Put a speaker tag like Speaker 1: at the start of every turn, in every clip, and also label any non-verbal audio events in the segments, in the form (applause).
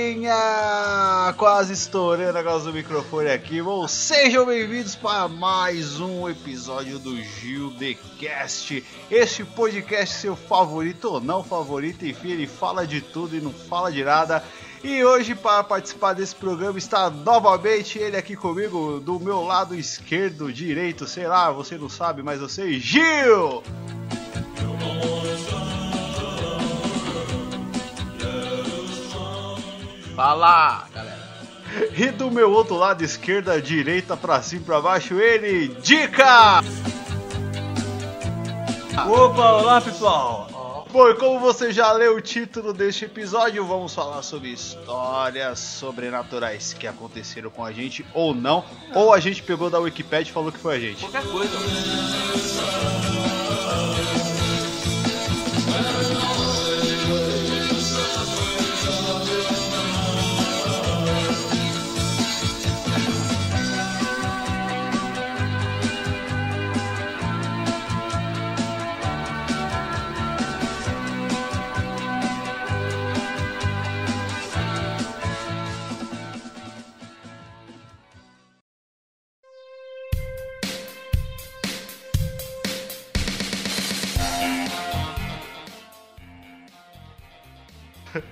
Speaker 1: moçadinha! Quase estourando a causa do microfone aqui. Bom, sejam bem-vindos para mais um episódio do Gil The Cast. Este podcast seu favorito ou não favorito, enfim, ele fala de tudo e não fala de nada. E hoje, para participar desse programa, está novamente ele aqui comigo, do meu lado esquerdo, direito, sei lá, você não sabe, mas eu sei, Gil!
Speaker 2: Fala, galera.
Speaker 1: E do meu outro lado, esquerda, direita, pra cima, pra baixo, ele, Dica!
Speaker 3: Opa, olá pessoal!
Speaker 1: Bom, e como você já leu o título deste episódio, vamos falar sobre histórias sobrenaturais que aconteceram com a gente ou não, ou a gente pegou da Wikipedia e falou que foi a gente.
Speaker 2: Qualquer coisa.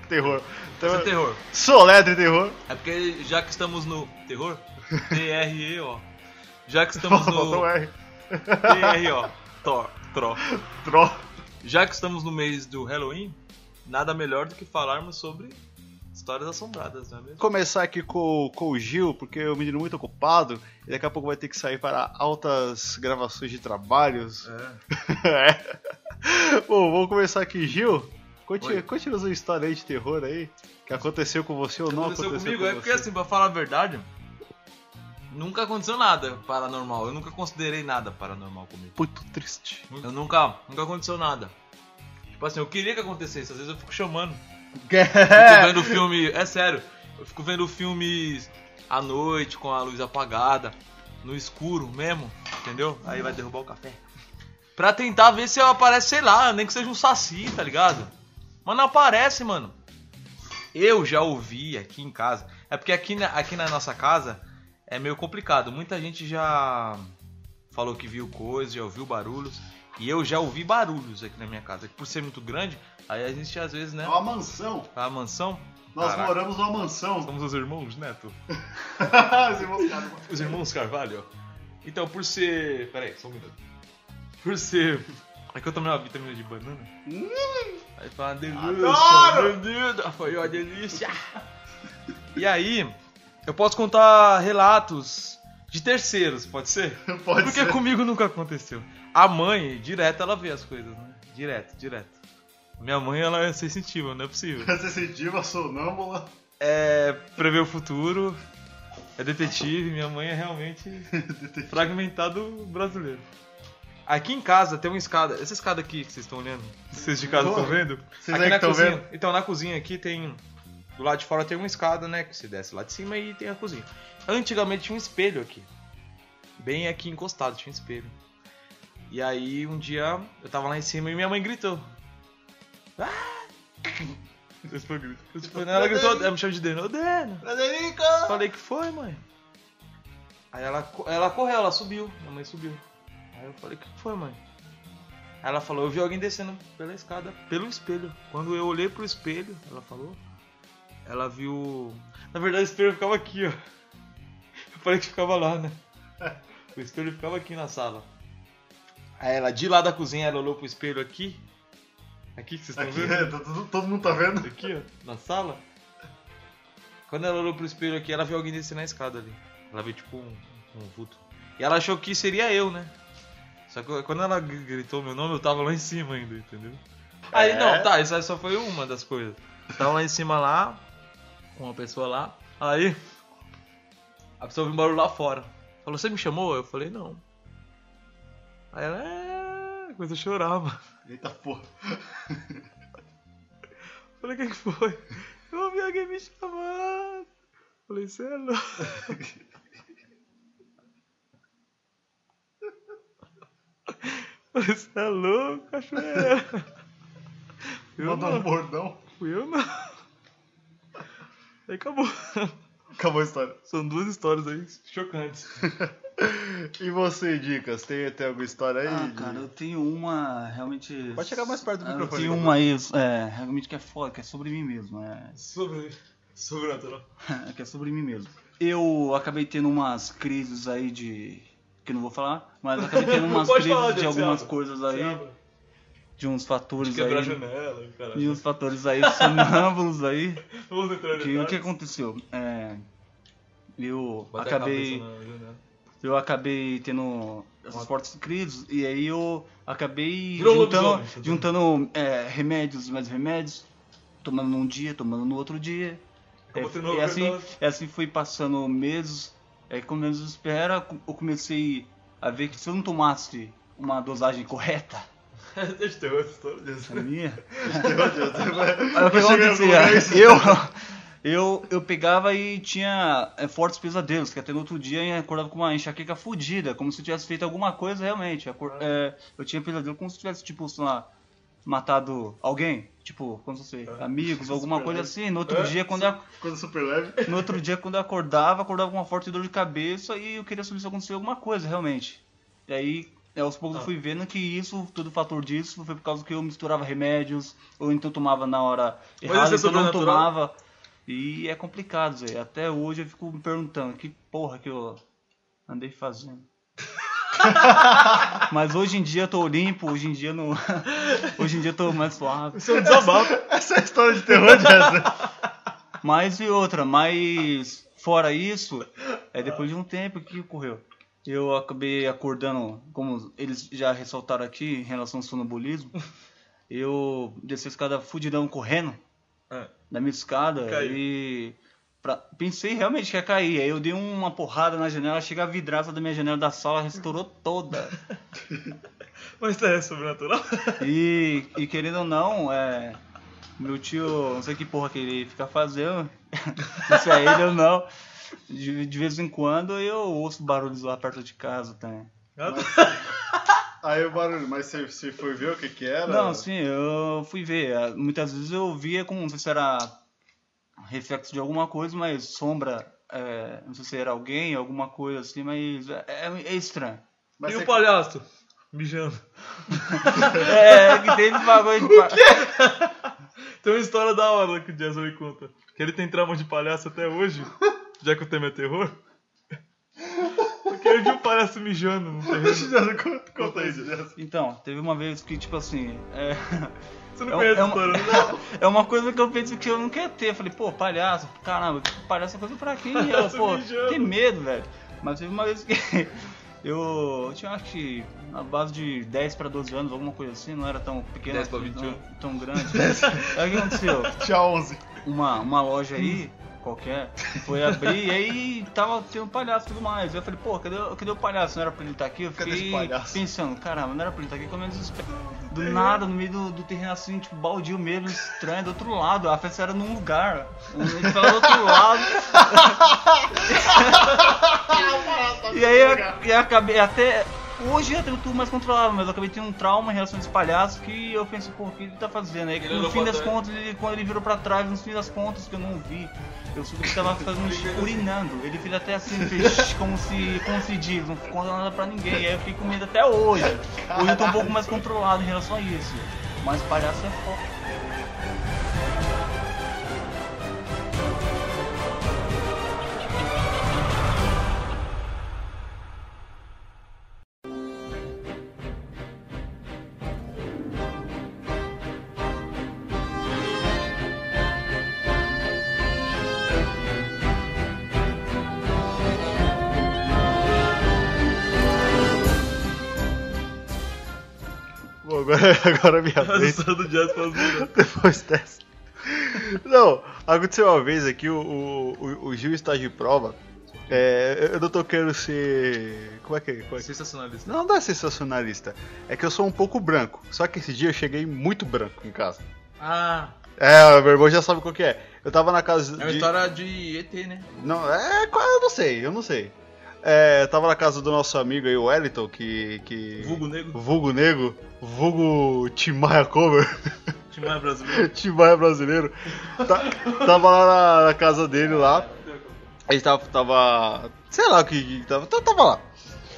Speaker 1: Terror.
Speaker 2: Isso é
Speaker 1: Então,
Speaker 2: terror.
Speaker 1: Soletra e terror.
Speaker 2: É porque já que estamos no terror, T-R-E, ó. Já que
Speaker 1: (laughs)
Speaker 2: estamos
Speaker 1: Faltou
Speaker 2: no
Speaker 1: R.
Speaker 2: T-R, ó. Thor, Tro.
Speaker 1: Tro.
Speaker 2: Já que estamos no mês do Halloween, nada melhor do que falarmos sobre histórias assombradas, não é mesmo?
Speaker 1: Começar aqui com, com o Gil, porque é um menino muito ocupado e daqui a pouco vai ter que sair para altas gravações de trabalhos.
Speaker 2: É.
Speaker 1: É. (laughs) Bom, vamos começar aqui, Gil. Conte,
Speaker 2: Oi.
Speaker 1: conte nos uma história aí de terror aí. Que aconteceu com você ou não
Speaker 2: Aconteceu
Speaker 1: aconteceu
Speaker 2: comigo,
Speaker 1: com
Speaker 2: é porque
Speaker 1: você.
Speaker 2: assim, pra falar a verdade, nunca aconteceu nada paranormal. Eu nunca considerei nada paranormal comigo.
Speaker 1: Muito triste.
Speaker 2: Eu nunca, nunca aconteceu nada. Tipo assim, eu queria que acontecesse, às vezes eu fico chamando. fico
Speaker 1: (laughs)
Speaker 2: vendo filme. É sério, eu fico vendo filmes à noite, com a luz apagada, no escuro mesmo, entendeu? Aí vai derrubar o café. Pra tentar ver se aparece, sei lá, nem que seja um saci, tá ligado? Mas não aparece, mano. Eu já ouvi aqui em casa. É porque aqui na, aqui na nossa casa é meio complicado. Muita gente já falou que viu coisas, já ouviu barulhos. E eu já ouvi barulhos aqui na minha casa. Por ser muito grande, aí a gente às vezes, né?
Speaker 1: uma mansão.
Speaker 2: A mansão? Caraca.
Speaker 1: moramos numa (laughs) mansão.
Speaker 2: Somos os irmãos Neto.
Speaker 1: Os irmãos Carvalho.
Speaker 2: Os irmãos Carvalho. Então, por ser. Peraí, só um minuto. Por ser. É que eu tomei uma vitamina de banana. Aí foi uma delícia.
Speaker 1: Hum. Adoro!
Speaker 2: Meu Deus, foi uma delícia. E aí, eu posso contar relatos de terceiros, pode ser?
Speaker 1: (laughs) Pode
Speaker 2: Porque comigo nunca aconteceu. A mãe, direto, ela vê as coisas, né? Direto, direto. Minha mãe, ela é sensitiva, não é possível.
Speaker 1: (laughs) Você se diva sonâmbula.
Speaker 2: é prever o futuro, é detetive, minha mãe é
Speaker 1: (laughs)
Speaker 2: realmente fragmentado brasileiro. Aqui em casa tem uma escada, essa escada aqui que vocês estão olhando, vocês de casa estão
Speaker 1: Boa.
Speaker 2: vendo?
Speaker 1: Vocês
Speaker 2: aqui
Speaker 1: aí
Speaker 2: na
Speaker 1: que tão
Speaker 2: cozinha,
Speaker 1: vendo?
Speaker 2: então na cozinha aqui tem do lado de fora tem uma escada, né, que se desce lá de cima e tem a cozinha. Antigamente tinha um espelho aqui. Bem aqui encostado tinha um espelho. E aí um dia eu tava lá em cima e minha mãe gritou. Esse foi o grito. Esse foi- tipo, Ela gritou, ela me chama de Deno. Ô, Deno!
Speaker 1: Frederico!
Speaker 2: Falei que foi, mãe. Aí ela, co- ela correu, ela subiu. Minha mãe subiu. Aí eu falei, o que foi, mãe? Aí ela falou, eu vi alguém descendo pela escada, pelo espelho. Quando eu olhei pro espelho, ela falou, ela viu. Na verdade, o espelho ficava aqui, ó. (laughs) Eu falei que ficava lá, né? O espelho ficava aqui na sala. Aí ela, de lá da cozinha, ela olhou pro espelho aqui. Aqui que vocês estão
Speaker 1: Aqui,
Speaker 2: vendo?
Speaker 1: é, tá todo, todo mundo tá vendo?
Speaker 2: aqui, ó, na sala. Quando ela olhou pro espelho aqui, ela viu alguém descer na escada ali. Ela viu tipo um, um vulto. E ela achou que seria eu, né? Só que quando ela gr- gritou meu nome, eu tava lá em cima ainda, entendeu? Aí
Speaker 1: É.
Speaker 2: não, tá, isso aí só foi uma das coisas. Eu tava lá em cima lá, com uma pessoa lá, aí a pessoa ouviu um barulho lá fora. Falou, você me chamou? Eu falei, não. Aí ela, é, coisa chorava.
Speaker 1: Eita porra.
Speaker 2: Falei, o que que foi? (laughs) Eu ouvi alguém me chamando. Falei, você é louco. (laughs) Falei, você é (laughs) louco, cachoeira. Eu
Speaker 1: Mandou um
Speaker 2: não,
Speaker 1: bordão.
Speaker 2: fui eu não.
Speaker 3: Aí
Speaker 2: (laughs)
Speaker 3: acabou.
Speaker 1: Acabou a história.
Speaker 3: São duas histórias aí chocantes.
Speaker 1: E você, Dicas? Tem, tem alguma história aí?
Speaker 4: Ah,
Speaker 1: de-
Speaker 4: cara,
Speaker 1: (laughs)
Speaker 4: eu tenho uma realmente.
Speaker 1: Pode chegar mais perto do
Speaker 4: Ah, Eu
Speaker 1: microfone,
Speaker 4: tenho
Speaker 1: né?
Speaker 4: uma aí, é, realmente que é foda, que é (laughs) sobre mim mesmo, né?
Speaker 2: (laughs) Sobre. Sobrenatural.
Speaker 4: que é sobre mim mesmo. Eu acabei tendo umas crises aí de. que eu não vou falar, mas acabei
Speaker 2: (laughs)
Speaker 4: tendo umas
Speaker 2: Pode
Speaker 4: crises
Speaker 2: falar,
Speaker 4: de
Speaker 2: Diego,
Speaker 4: algumas
Speaker 2: você abre.
Speaker 4: coisas aí, de uns fatores
Speaker 2: Quebrar a
Speaker 4: aí.
Speaker 2: janela,
Speaker 4: De
Speaker 2: caralho.
Speaker 4: uns fatores aí sonâmbulos aí.
Speaker 2: Vamos entrar
Speaker 4: Que o que
Speaker 2: detalhes.
Speaker 4: aconteceu? É, eu
Speaker 2: Bater a
Speaker 4: acabei.
Speaker 2: cabeça né? na janela. (laughs)
Speaker 4: Eu acabei tendo essas portas crises e aí eu acabei
Speaker 2: Virou um
Speaker 4: juntando,
Speaker 2: lobisomem.
Speaker 4: juntando é, remédios, mais remédios, tomando num dia, tomando no outro dia. É,
Speaker 2: Acabou tendo
Speaker 4: e assim,
Speaker 2: overdose.
Speaker 4: e assim foi passando meses. É, com menos espera, eu comecei a ver que se eu não tomasse uma dosagem
Speaker 2: (laughs)
Speaker 4: correta,
Speaker 2: Deixa eu ter outra história
Speaker 4: a
Speaker 2: dessa.
Speaker 4: minha,
Speaker 1: Meu Deus,
Speaker 4: Aí o que
Speaker 1: eu cheguei a
Speaker 4: acontecia?
Speaker 1: lugar esse-
Speaker 4: (laughs) Eu, eu, eu pegava e tinha é, fortes pesadelos, que até no outro dia eu acordava com uma enxaqueca fodida, como se eu tivesse feito alguma coisa realmente. Acor- é, eu tinha pesadelo como se tivesse, tipo, sei lá, matado alguém. Tipo, como se fosse amigos, alguma coisa assim. No outro
Speaker 1: É,
Speaker 4: dia, quando eu,
Speaker 1: Coisa super leve.
Speaker 4: no outro dia, quando eu acordava, acordava com uma forte dor de cabeça e eu queria saber se aconteceu alguma coisa, realmente. E aí, é, aos poucos eu fui vendo que isso, todo o fator disso, foi por causa que eu misturava remédios, ou então tomava na hora
Speaker 2: Mas
Speaker 4: errada,
Speaker 2: isso é
Speaker 4: então não
Speaker 2: sobrenatural?
Speaker 4: tomava. E é complicado, Zé. Até hoje eu fico me perguntando que porra que eu andei fazendo. Mas hoje em dia eu tô limpo, hoje em dia eu não. (laughs) hoje em dia eu tô mais suave.
Speaker 1: Isso é um desabafo. Essa é a história de terror, Jazz.
Speaker 4: Mas e outra, mas fora isso, é depois de um tempo que ocorreu. Eu acabei acordando, como eles já ressaltaram aqui em relação ao sonambulismo, eu desci a escada fudidão correndo
Speaker 2: Ah.
Speaker 4: da minha escada
Speaker 2: Caiu.
Speaker 4: e pra- pensei realmente que ia cair. Aí eu dei uma porrada na janela, chega a vidraça da minha janela da sala, restaurou toda.
Speaker 2: Mas tá é sobrenatural? (laughs)
Speaker 4: E, e querendo ou não, é, meu tio, não sei que porra que ele fica fazendo, (laughs) se é ele ou não, de, de vez em quando eu ouço barulhos lá perto de casa também.
Speaker 2: Ah, tá.
Speaker 1: Aí o barulho, mas você, você foi ver o que que era?
Speaker 4: Não, sim, eu fui ver. é, Muitas vezes eu via como, não sei se era reflexo de alguma coisa, mas sombra, é, não sei se era alguém, alguma coisa assim, mas é, é estranho. (laughs)
Speaker 1: Mas
Speaker 2: e
Speaker 1: você- (laughs)
Speaker 2: o palhaço? Mijando.
Speaker 4: É, que tem esse bagulho de... pa-
Speaker 2: Tem uma história da hora que o Jason me conta. Que ele tem trauma de palhaço até (laughs) hoje, já que o tema é terror. Porque ele viu um palhaço mijando no terreno.
Speaker 1: Jazz, conta, conta aí, Jazz.
Speaker 4: Então, teve uma vez que, tipo assim, é...
Speaker 2: (laughs) Você
Speaker 4: É
Speaker 2: não conhece né? a
Speaker 4: um- é uma-
Speaker 2: história,
Speaker 4: (laughs) É uma coisa que eu penso que eu não quero ter. Eu falei, pô, palhaço, caramba, palhaço é coisa pra
Speaker 2: (laughs)
Speaker 4: quem? Eu,
Speaker 2: Palhaço
Speaker 4: pô,
Speaker 2: mijando.
Speaker 4: tem medo, velho. Mas teve uma vez que (laughs) eu, eu tinha acho que na base de 10 pra 12 anos, alguma coisa assim, não era tão pequeno,
Speaker 2: 10 pra
Speaker 4: assim,
Speaker 2: 21.
Speaker 4: tão,
Speaker 2: (laughs)
Speaker 4: tão grande. Aí o que aconteceu?
Speaker 1: Dia 11.
Speaker 4: Uma, uma loja aí, qualquer, foi abrir e aí tava tendo palhaço e tudo mais. Eu falei, pô, cadê, o- cadê o palhaço? Não era pra ele estar aqui? Eu
Speaker 1: Cadê esse
Speaker 4: fiquei
Speaker 1: palhaço?
Speaker 4: pensando, caramba, não era pra ele estar aqui, é pelo menos espero. Do nada, no meio do, do terreno assim, tipo, baldio mesmo, estranho, do outro lado. A festa era num lugar. A gente tava do outro lado. e aí eu, eu acabei até. Hoje eu tenho tudo mais controlado, mas eu acabei tendo um trauma em relação a esse palhaço que eu penso, pô, o que ele tá fazendo? Aí
Speaker 2: Ele
Speaker 4: no
Speaker 2: olhou
Speaker 4: fim
Speaker 2: pra
Speaker 4: das
Speaker 2: trás.
Speaker 4: contas, ele, quando ele virou pra trás, no fim das contas, que eu não vi, eu soube que ele tava fazendo um urinando. Ele fez até assim, fez (laughs) como se, como se diz, não conta nada pra ninguém. Aí eu fiquei com medo até hoje. Hoje eu tô um pouco mais controlado em relação a isso. Mas palhaço é foda.
Speaker 1: Bom, agora, (laughs) agora me
Speaker 2: A
Speaker 1: apresenta.
Speaker 2: história do Jason fazendo.
Speaker 1: Depois dessa. Não, aconteceu uma vez aqui, o, o, o- o Gil está de prova. É, eu não tô querendo ser. Como é que é? Como é que-
Speaker 2: Sensacionalista.
Speaker 1: Não, não é sensacionalista. É que eu sou um pouco branco. Só que esse dia eu cheguei muito branco em casa.
Speaker 2: Ah,
Speaker 1: É, meu irmão já sabe qual que é. Eu tava na casa.
Speaker 2: é uma
Speaker 1: de-
Speaker 2: história de ET, né?
Speaker 1: Não, é. qual- Eu não sei, eu não sei. É, eu tava na casa do nosso amigo aí, o Wellington, que. que...
Speaker 2: Vulgo negro.
Speaker 1: Vulgo Negro, Vulgo Timaya Cover. (laughs)
Speaker 2: Tinha Timão (laughs) brasileiro.
Speaker 1: Timão é brasileiro. Tá- tava lá na, na casa dele lá. Ele tava. tava sei lá o que que tava. tá- Tava lá.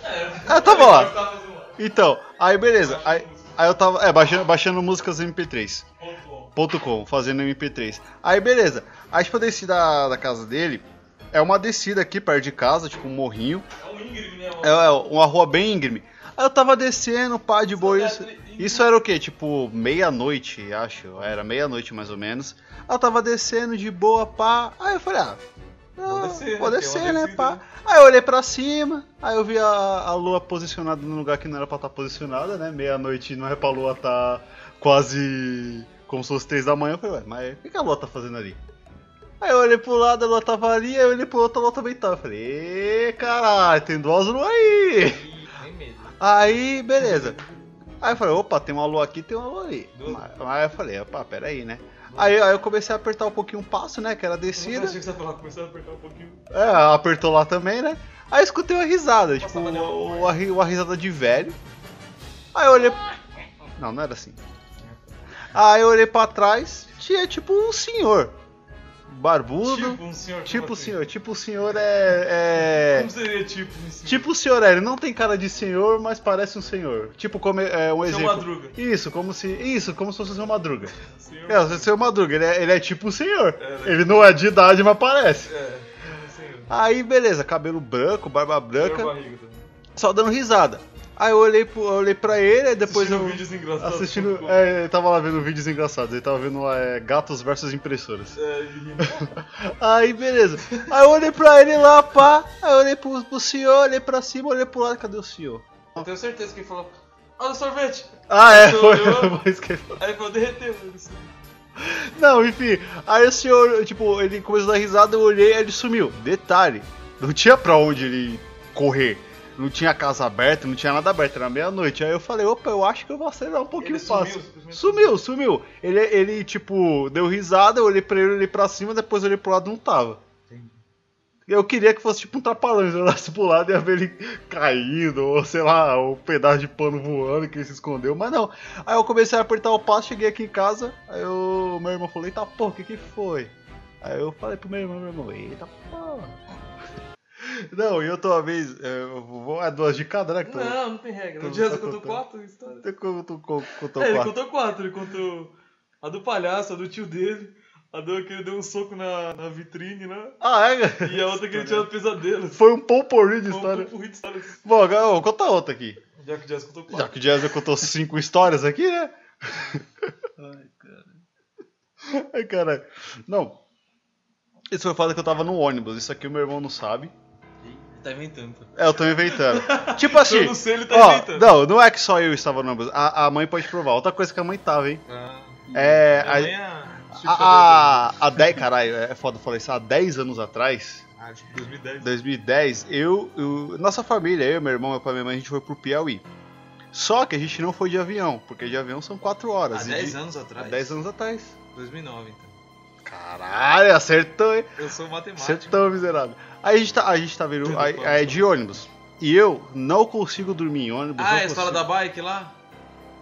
Speaker 1: É, tava lá.
Speaker 2: Tá,
Speaker 1: Então, aí beleza. Aí, aí eu tava. É, baixando, baixando músicas MP3. Ponto .com, fazendo MP3. Aí beleza. Aí tipo, eu desci da, da casa dele. É uma descida aqui perto de casa, tipo um morrinho.
Speaker 2: né,
Speaker 1: É, é uma rua bem íngreme. Aí eu tava descendo, pá, de boa. Isso, isso era o quê? Tipo, meia-noite, acho. Era meia-noite mais ou menos. Aí eu tava descendo de boa, pá. Aí eu falei, ah. Vou
Speaker 2: descer,
Speaker 1: vou
Speaker 2: né? Tem uma
Speaker 1: descer né,
Speaker 2: descida,
Speaker 1: pá?
Speaker 2: né?
Speaker 1: Aí eu olhei pra cima, aí eu vi a, a lua posicionada num lugar que não era pra estar posicionada, né? Meia-noite não é pra lua estar quase como se fosse três da manhã. Eu falei, ué, mas o que que a lua tá fazendo ali? Aí eu olhei pro lado, a lua tava ali, aí eu olhei pro outro, a lua também tava. Eu falei, "Ê, caralho, tem duas luas aí!
Speaker 2: Tem medo.
Speaker 1: Aí, beleza. Aí eu falei, opa, tem uma lua aqui, tem uma lua ali.
Speaker 2: Duas.
Speaker 1: Mas, mas eu falei, opa, peraí, né? Aí, aí eu comecei a apertar um pouquinho o passo, né? Que era
Speaker 2: Eu
Speaker 1: descida.
Speaker 2: achei que você ia falar, começou a apertar um pouquinho.
Speaker 1: É, apertou lá também, né? Aí eu escutei uma risada, tipo, uma,
Speaker 2: Passava nenhuma
Speaker 1: uma ri- uma risada de velho. Aí eu olhei. Não, não era assim. Aí eu olhei pra trás, tinha tipo um senhor. Barbudo.
Speaker 2: Tipo um senhor.
Speaker 1: Tipo
Speaker 2: como
Speaker 1: o
Speaker 2: assim?
Speaker 1: senhor, tipo o senhor é. é...
Speaker 2: Como seria tipo um senhor?
Speaker 1: Tipo o senhor é, ele não tem cara de senhor, mas parece um senhor. Tipo como é, um
Speaker 2: Seu
Speaker 1: exemplo.
Speaker 2: Madruga.
Speaker 1: Isso, como se. Isso, como se fosse o seu madruga.
Speaker 2: Senhor?
Speaker 1: É, o seu madruga, ele é, ele é tipo um senhor.
Speaker 2: É, né?
Speaker 1: Ele não é de idade, mas parece.
Speaker 2: É, um senhor.
Speaker 1: Aí, beleza, cabelo branco, barba
Speaker 2: Senhor
Speaker 1: branca,
Speaker 2: é barriga também.
Speaker 1: só dando risada. Aí eu olhei, pro, eu olhei pra ele, aí depois
Speaker 2: Assistindo
Speaker 1: eu.
Speaker 2: vídeos engraçados.
Speaker 1: assistindo.
Speaker 2: ponto com.
Speaker 1: É, ele tava lá vendo vídeos engraçados, ele tava vendo é, gatos versus impressoras.
Speaker 2: É, e rindo.
Speaker 1: Aí, beleza. Aí eu olhei pra ele lá, pá. Aí eu olhei pro, pro senhor, olhei pra cima, olhei pro lado, cadê o senhor?
Speaker 2: Eu tenho certeza que ele falou. Olha o sorvete!
Speaker 1: Ah, é,
Speaker 2: Senhor
Speaker 1: foi.
Speaker 2: olhou.
Speaker 1: foi isso que ele falou.
Speaker 2: Aí ele falou, derreteu. Eu disse,
Speaker 1: Não, enfim. Aí o senhor, tipo, ele começou a dar risada, eu olhei, aí ele sumiu. Detalhe: não tinha pra onde ele correr. Não tinha casa aberta, não tinha nada aberto, era meia-noite. Aí eu falei, opa, eu acho que eu vou acelerar um pouquinho
Speaker 2: Ele
Speaker 1: o passo.
Speaker 2: sumiu, simplesmente
Speaker 1: Sumiu, sumiu. Ele, ele, tipo, deu risada, eu olhei pra ele, olhei pra cima, depois eu olhei pro lado não tava. Eu queria que fosse tipo um trapalhão, se eu olhasse pro lado e ia ver ele caindo, ou sei lá, um pedaço de pano voando que ele se escondeu, mas não. Aí eu comecei a apertar o passo, cheguei aqui em casa, aí eu, meu irmão falou, eita porra, o que que foi? Aí eu falei pro meu irmão, meu irmão, eita porra. Não, e eu tô uma vez, é, eu vou, é duas de cada, né? que tô-
Speaker 2: Não, não tem regra.
Speaker 1: Então
Speaker 2: Um dia
Speaker 1: tá
Speaker 2: você contou
Speaker 1: contando.
Speaker 2: quatro histórias.
Speaker 1: Eu conto- conto- conto
Speaker 2: É, ele
Speaker 1: Então, quatro.
Speaker 2: contou quatro. Ele contou a do palhaço, a do tio dele, a do que ele deu um soco na, na vitrine, né?
Speaker 1: Ah, é? (laughs)
Speaker 2: E a outra que ele tinha pesadelos.
Speaker 1: Foi um pomporri de
Speaker 2: Foi um
Speaker 1: história.
Speaker 2: pupurri de histórias.
Speaker 1: Bom, agora eu vou contar outra aqui.
Speaker 2: Já que o Jazz contou quatro.
Speaker 1: Já que o Jazz contou cinco histórias aqui, né? Ai, caralho. Não. Isso foi falado que eu tava no ônibus. Isso aqui o meu irmão não sabe.
Speaker 2: Ele tá inventando.
Speaker 1: É, eu tô
Speaker 2: (laughs)
Speaker 1: inventando. tipo assim.
Speaker 2: Eu não sei, ele tá
Speaker 1: ó,
Speaker 2: inventando.
Speaker 1: Não, não é que só eu estava no ônibus. A, a mãe pode provar. Outra coisa que a mãe tava, hein?
Speaker 2: Ah,
Speaker 1: É. ah,
Speaker 2: a...
Speaker 1: A,
Speaker 2: a...
Speaker 1: a, a, 10. Caralho, é foda falar isso. Há 10 anos atrás.
Speaker 2: Ah, de 2010.
Speaker 1: 2010, eu, eu- nossa família, eu, meu irmão, meu pai, minha mãe, a gente foi pro Piauí. Só que a gente não foi de avião, porque de avião são 4
Speaker 2: Há
Speaker 1: horas. e
Speaker 2: 10
Speaker 1: de-
Speaker 2: anos
Speaker 1: Há
Speaker 2: atrás.
Speaker 1: 10 anos atrás.
Speaker 2: 2009, então.
Speaker 1: Caralho, acertou, hein?
Speaker 2: Eu sou matemático.
Speaker 1: Acertou, miserável. Aí a gente tá, a gente tá vendo, aí, aí é de ônibus. E eu não consigo dormir em ônibus.
Speaker 2: Ah,
Speaker 1: não
Speaker 2: a história da
Speaker 1: consigo-
Speaker 2: bike lá?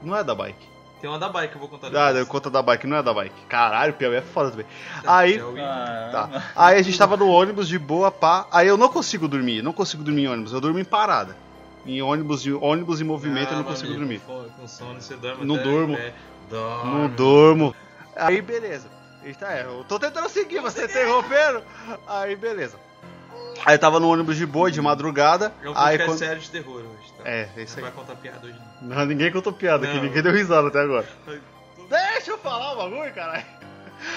Speaker 1: Não é da bike.
Speaker 2: Tem uma É da bike que eu vou contar
Speaker 1: Ah,
Speaker 2: depois.
Speaker 1: conta da bike, não é da bike. Caralho, Piauí é foda também.
Speaker 2: Tá,
Speaker 1: Aí,
Speaker 2: é o Wii.
Speaker 4: Ah,
Speaker 1: Tá. Aí a gente tava no ônibus de boa, pá. Aí eu não consigo dormir, não consigo dormir em ônibus, eu durmo em parada. Em ônibus, em ônibus em movimento eu não
Speaker 2: mas
Speaker 1: consigo
Speaker 2: amigo,
Speaker 1: dormir.
Speaker 2: fo- Ah, Com sono você dorme
Speaker 1: Não
Speaker 2: até-
Speaker 1: durmo.
Speaker 2: é, dorme.
Speaker 1: Não durmo. Aí beleza. Eita, é, eu tô tentando seguir, você interrompendo. Aí beleza. Aí eu tava no ônibus de boa, de madrugada.
Speaker 2: É um
Speaker 1: aí
Speaker 2: podcast
Speaker 1: quando...
Speaker 2: sério de terror hoje, tá?
Speaker 1: É, é isso
Speaker 2: Você
Speaker 1: aí.
Speaker 2: vai contar piada hoje
Speaker 1: (laughs)
Speaker 2: não.
Speaker 1: Não, ninguém contou piada aqui,
Speaker 2: Não.
Speaker 1: ninguém deu risada até agora.
Speaker 2: Ai,
Speaker 1: Deixa eu falar o bagulho, caralho.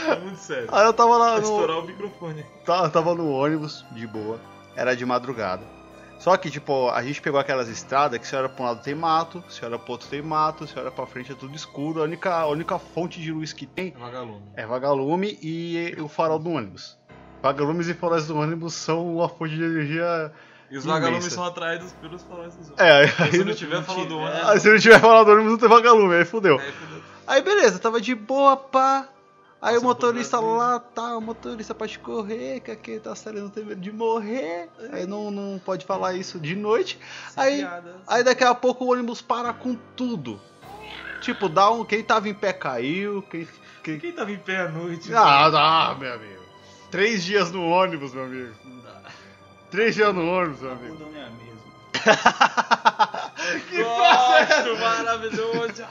Speaker 2: É muito sério.
Speaker 1: Aí eu tava lá
Speaker 2: Vai
Speaker 1: no.
Speaker 2: estourar o microfone.
Speaker 1: Tá- tava no ônibus, de boa. Era de madrugada. Só que, tipo, a gente pegou aquelas estradas que se olha pra um lado tem mato, se olha pro outro tem mato, se olha pra frente é tudo escuro. A única, a única fonte de luz que tem
Speaker 2: É vagalume.
Speaker 1: é vagalume e o farol do ônibus. Vagalumes e faróis do ônibus são uma fonte de energia.
Speaker 2: E os
Speaker 1: Imensa.
Speaker 2: vagalumes são atraídos pelos faróis dos outros.
Speaker 1: É, aí,
Speaker 2: Se você não tiver falando do ônibus,
Speaker 1: aí se não tiver farol do ônibus, não tem vagalume, aí fudeu.
Speaker 2: aí fudeu.
Speaker 1: Aí beleza, tava de boa, pá. Aí o
Speaker 2: Passando
Speaker 1: motorista
Speaker 2: por Brasília.
Speaker 1: lá, tá, o motorista pode correr, que aqui tá sério, não tem medo de morrer. Aí não, não pode falar isso de noite.
Speaker 2: Sem
Speaker 1: Aí,
Speaker 2: piada.
Speaker 1: aí daqui a pouco o ônibus para com tudo. Tipo, dá um. Quem tava em pé caiu. Quem. quem...
Speaker 2: Quem tava em pé à noite?
Speaker 1: Ah, ah, meu amigo. Três dias no ônibus, meu amigo. Três dias no ônibus, meu amigo.
Speaker 4: Mudam minha mesa.
Speaker 1: Que
Speaker 2: Nossa,
Speaker 1: (laughs)
Speaker 2: maravilhoso!
Speaker 1: É.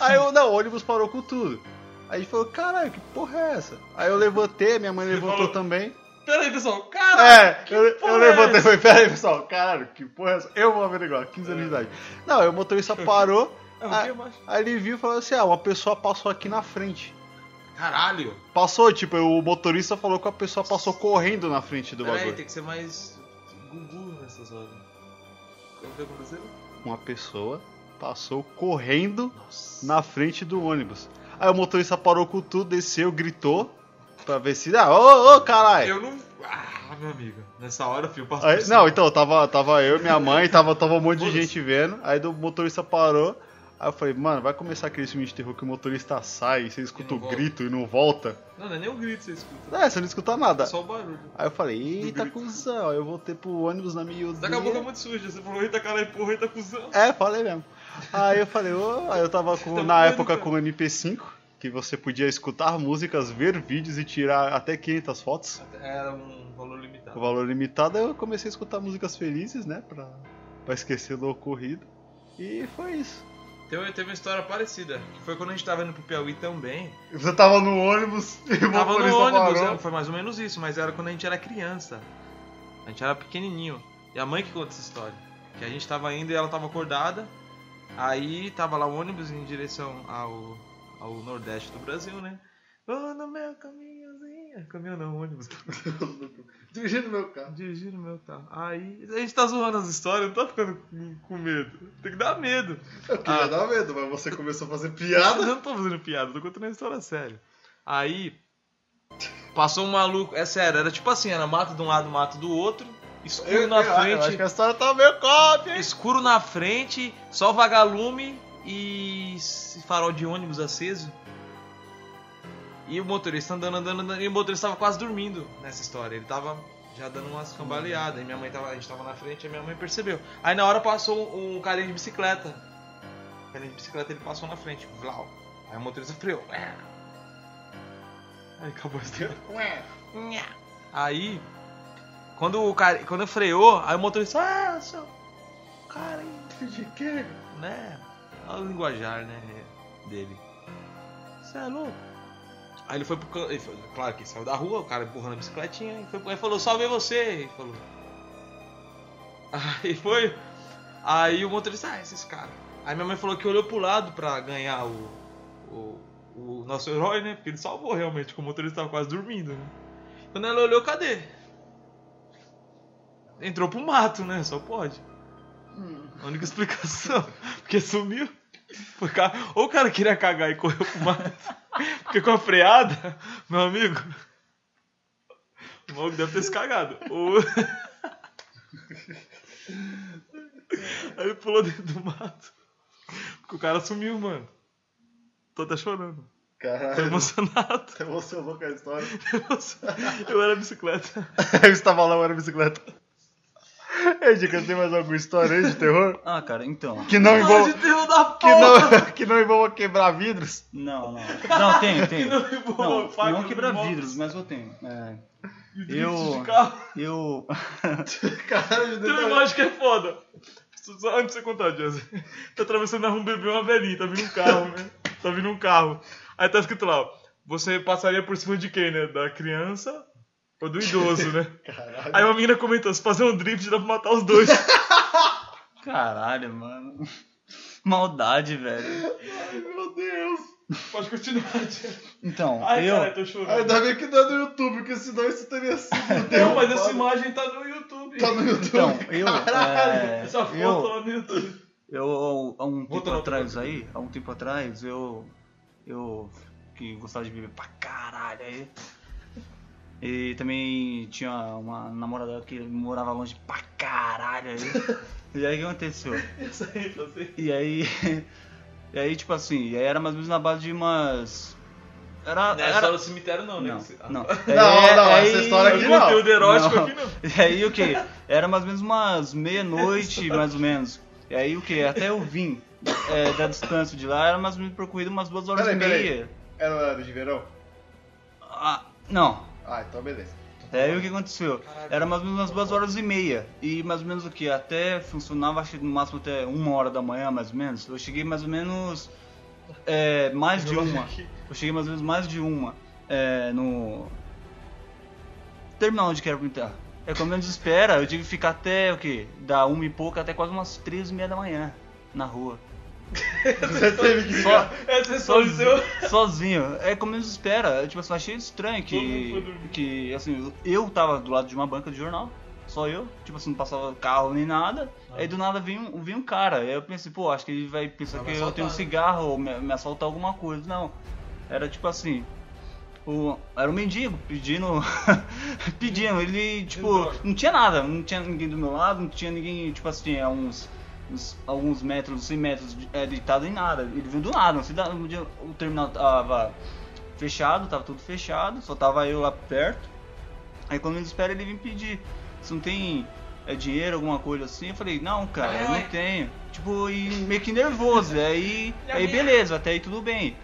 Speaker 1: Aí eu, não, o ônibus parou com tudo. Aí a gente falou, caralho, que porra é essa? Aí eu levantei, minha mãe levantou
Speaker 2: falou,
Speaker 1: também.
Speaker 2: Pera aí, pessoal. Cara,
Speaker 1: É, eu,
Speaker 2: porra
Speaker 1: eu
Speaker 2: é
Speaker 1: levantei e
Speaker 2: essa?
Speaker 1: falei, peraí, pessoal, caralho, que porra é essa? Eu vou averiguar, 15 anos de idade. Não, aí o motorista parou,
Speaker 2: É, o
Speaker 1: Ah.
Speaker 2: que mais?
Speaker 1: aí ele viu e falou assim, ah, uma pessoa passou aqui na frente.
Speaker 2: Caralho.
Speaker 1: Passou, tipo, o motorista falou que a pessoa passou correndo na frente do
Speaker 2: Pera aí,
Speaker 1: bagulho.
Speaker 2: tem que ser mais gugu nessas horas. Como que aconteceu?
Speaker 1: Uma pessoa passou correndo
Speaker 2: Nossa.
Speaker 1: na frente do ônibus. Aí o motorista parou com tudo, desceu, gritou, pra ver se... Ah, ô, ô, caralho!
Speaker 2: Eu não. Ah, meu amigo. Nessa hora, filho, passou.
Speaker 1: Aí- não, então, tava, tava eu, minha mãe, tava, tava um monte de gente vendo. Aí do motorista parou. Aí eu falei, mano, vai começar aquele filme de terror que o motorista sai, você escuta
Speaker 2: não
Speaker 1: o
Speaker 2: volta.
Speaker 1: grito e não volta.
Speaker 2: Não, não é nem um grito que você escuta.
Speaker 1: É, você não escuta nada.
Speaker 2: É só o barulho.
Speaker 1: Aí eu falei, eita cuzão, eu voltei pro ônibus na miúda.
Speaker 2: Daqui a pouco é muito sujo. Você falou, eita caralho, porra, eita cuzão.
Speaker 1: É, falei mesmo. Aí eu falei, ô, aí eu tava com-
Speaker 2: Tá
Speaker 1: na
Speaker 2: doido,
Speaker 1: época
Speaker 2: cara.
Speaker 1: com um o MP5, que você podia escutar músicas, ver vídeos e tirar até 500 fotos.
Speaker 2: Era um valor limitado.
Speaker 1: O valor limitado, eu comecei a escutar músicas felizes, né? Pra, pra esquecer do ocorrido. E foi isso.
Speaker 2: Teve, teve uma história parecida, que foi quando a gente tava indo pro Piauí também.
Speaker 1: Você tava no ônibus (laughs) e o
Speaker 2: Tava no
Speaker 1: motorista
Speaker 2: ônibus,
Speaker 1: parou.
Speaker 2: é, foi mais ou menos isso, mas era quando a gente era criança. A gente era pequenininho. E a mãe que conta essa história. Que a gente tava indo e ela tava acordada. Aí tava lá o ônibus em direção ao, ao nordeste do Brasil, né? Vou no meu caminhozinho. Caminho não, ônibus. é."
Speaker 1: (laughs) Dirigindo meu carro.
Speaker 2: Dirigindo meu carro. Aí a gente tá zoando as histórias, não tá ficando com- com medo. Tem que dar medo.
Speaker 1: Eu
Speaker 2: queria
Speaker 1: dar medo, mas você começou a fazer
Speaker 2: Eu não tô fazendo piada, tô contando a história séria. Aí, passou um maluco. É sério, era tipo assim: era mato de um lado, mato do outro. Escuro
Speaker 1: Eu,
Speaker 2: na
Speaker 1: acho que
Speaker 2: frente.
Speaker 1: a história tá meio cópia, hein?
Speaker 2: Escuro na frente, só vagalume e s- farol de ônibus aceso. E o motorista andando, andando, andando. E o motorista tava quase dormindo nessa história. Ele tava já dando umas cambaleadas. E minha mãe tava. A gente tava na frente e minha mãe percebeu. Aí na hora passou um, um carinha de bicicleta. O carinha de bicicleta ele passou na frente. Vlau. Aí o motorista freou. Aí acabou a história. Nha. Aí, quando o cara, quando freou, aí o motorista, ah, seu cara,
Speaker 1: De quê?
Speaker 2: né? Olha o linguajar, né? Dele. Você é louco? Aí ele foi pro can- ele foi- Claro que ele saiu da rua, o cara empurrando a bicicletinha. E foi, aí falou, salve você! E falou. (laughs) Aí foi. Aí o motorista, ah, esses caras. Aí minha mãe falou que olhou pro lado pra ganhar o. o, o nosso herói, né? Porque ele salvou realmente, porque o motorista tava quase dormindo, né? Quando ela olhou, cadê? Entrou pro mato, né? Só pode. A única explicação. (laughs) Porque sumiu. Foi ca- Ou o cara queria cagar e correu pro mato. (laughs) Porque com a freada, meu amigo. O maluco deve ter se cagado. Ou. (laughs) Aí ele pulou dentro do mato. Porque o cara sumiu, mano. Tô até chorando. Tô
Speaker 1: Caralho,
Speaker 2: emocionado. (laughs)
Speaker 1: você emocionou com a história. (laughs)
Speaker 2: Eu era bicicleta.
Speaker 1: eu estava lá, eu era bicicleta. Ei, Dica, tem mais alguma história aí de terror?
Speaker 4: Ah, cara, então.
Speaker 1: Que não
Speaker 2: Ai,
Speaker 1: envolva...
Speaker 2: de Deus da
Speaker 1: Que
Speaker 2: porra! (laughs)
Speaker 1: não, (laughs) que não envolva quebrar vidros?
Speaker 4: Não, não. Não, tem, tem.
Speaker 2: não (laughs)
Speaker 4: Não,
Speaker 2: envolva
Speaker 4: não,
Speaker 2: facas,
Speaker 4: quebrar
Speaker 2: motos.
Speaker 4: vidros, mas eu tenho. É,
Speaker 2: Drift
Speaker 4: eu.
Speaker 2: de carro.
Speaker 4: Eu.
Speaker 1: Caralho,
Speaker 2: Tem um negócio que é foda. Só- só Antes de você contar, Jazzy. Tá atravessando a rua um bebê e uma velhinha, tá vindo um carro, né? Tá vindo um carro. Aí tá escrito lá, ó, você passaria por cima de quem, né? Da criança ou do idoso,
Speaker 4: (laughs)
Speaker 2: né?
Speaker 1: Caralho.
Speaker 2: Aí uma menina comentou, se fazer um drift dá pra matar os
Speaker 4: (laughs)
Speaker 2: dois.
Speaker 4: (laughs) Caralho, mano. Maldade, velho.
Speaker 1: Ai, meu Deus.
Speaker 2: Pode continuar, Jazzy.
Speaker 4: Então,
Speaker 2: Ai,
Speaker 4: eu.
Speaker 2: caralho, tô chorando.
Speaker 1: Ainda bem que não é no YouTube, porque senão isso teria (laughs) sido
Speaker 2: Não, mas
Speaker 1: derrubado.
Speaker 2: essa imagem tá no YouTube.
Speaker 1: Tá no YouTube.
Speaker 4: Então, eu. é,
Speaker 2: (laughs) Essa foto
Speaker 4: eu-
Speaker 2: lá no YouTube.
Speaker 4: Eu, há um tempo
Speaker 2: Voltando ao
Speaker 4: atrás aí, há um tempo atrás, eu. Eu. que gostava de beber pra caralho aí. E também tinha uma namorada que morava longe pra caralho
Speaker 2: (laughs)
Speaker 4: aí. E aí o que aconteceu?
Speaker 2: Essa aí, tá assim.
Speaker 4: E aí. (laughs) E aí, tipo assim, e aí era mais ou menos na base de umas. Era.
Speaker 2: Não é
Speaker 4: era...
Speaker 2: só no cemitério não, né?
Speaker 4: Não,
Speaker 2: Você-
Speaker 4: ah. (laughs) não.
Speaker 1: Não, não,
Speaker 4: É-
Speaker 1: essa
Speaker 4: é-
Speaker 1: história aqui
Speaker 2: Não é
Speaker 1: não.
Speaker 2: conteúdo erótico
Speaker 4: Não.
Speaker 2: aqui não.
Speaker 4: (laughs) E aí o que? Era mais ou menos umas meia-noite, mais ou menos. E aí o que? Até eu vim. é, da distância de lá era mais ou menos percorrido umas duas horas
Speaker 1: Peraí,
Speaker 4: e
Speaker 1: peraí.
Speaker 4: meia.
Speaker 1: Era de verão?
Speaker 4: Ah, não.
Speaker 1: Ah, então beleza.
Speaker 4: É aí o que aconteceu. Era mais ou menos umas duas horas e meia. E mais ou menos o que? Até funcionava, acho que no máximo até uma hora da manhã, mais ou menos. Eu cheguei mais ou menos. é, mais de uma. Eu cheguei mais ou menos mais de uma. é, no. Terminal onde quero pintar. É como menos espera, eu tive que ficar até o que? Da uma e pouca até quase umas três e meia da manhã na rua.
Speaker 1: (laughs) Você teve que
Speaker 4: Só,
Speaker 2: (laughs) Essa é só seu.
Speaker 4: (laughs) sozinho. É como menos espera. Eu, tipo assim, achei estranho que. Que assim, eu tava do lado de uma banca de jornal. Só eu, tipo assim, não passava carro nem nada.
Speaker 2: Ah.
Speaker 4: Aí do nada vinha um, vinha um cara. Aí eu pensei, pô, acho que ele vai pensar
Speaker 2: Vai
Speaker 4: que
Speaker 2: me
Speaker 4: eu
Speaker 2: assaltar,
Speaker 4: tenho um
Speaker 2: né?
Speaker 4: cigarro ou me, me assaltar alguma coisa. Não. Era tipo assim. O, era um mendigo pedindo. (laughs) pedindo. Ele, tipo,
Speaker 2: Droga.
Speaker 4: não tinha nada. Não tinha ninguém do meu lado, não tinha ninguém, tipo assim, a uns uns- alguns metros, 100 metros de- é, deitado em nada. Ele veio do nada, não sei da onde o terminal tava fechado, tava tudo fechado, só tava eu lá perto. Aí quando ele espera ele vem pedir. Se não tem é, dinheiro, alguma coisa assim, eu falei, não, cara, eu não
Speaker 2: Ai.
Speaker 4: tenho. Tipo, e meio
Speaker 2: (laughs)
Speaker 4: que nervoso. aí,
Speaker 2: E a
Speaker 4: aí
Speaker 2: minha?
Speaker 4: beleza, até aí tudo bem.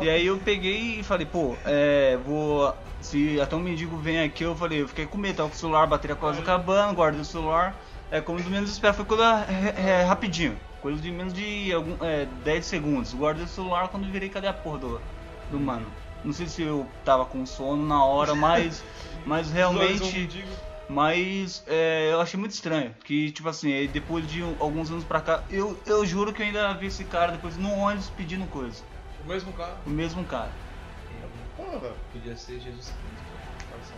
Speaker 4: E aí eu peguei e falei, pô, é, vou. Se até um mendigo vem aqui, eu falei, eu fiquei com medo, tava com o celular, a bateria quase acabando, guardei o celular. É como do menos espera, foi coisa é, é, rapidinho. Coisa de menos de algum, é, 10 segundos. Guardei o celular quando virei, cadê a porra do, do mano? Não sei se eu tava com sono na hora, mas. Mas realmente. Mas é, eu achei muito estranho. Que, tipo assim, aí depois de um- alguns anos pra cá, eu, eu juro que eu ainda vi esse cara depois no ônibus pedindo coisa.
Speaker 2: O mesmo cara.
Speaker 4: O mesmo cara.
Speaker 1: Porra,
Speaker 2: Podia ser Jesus Cristo.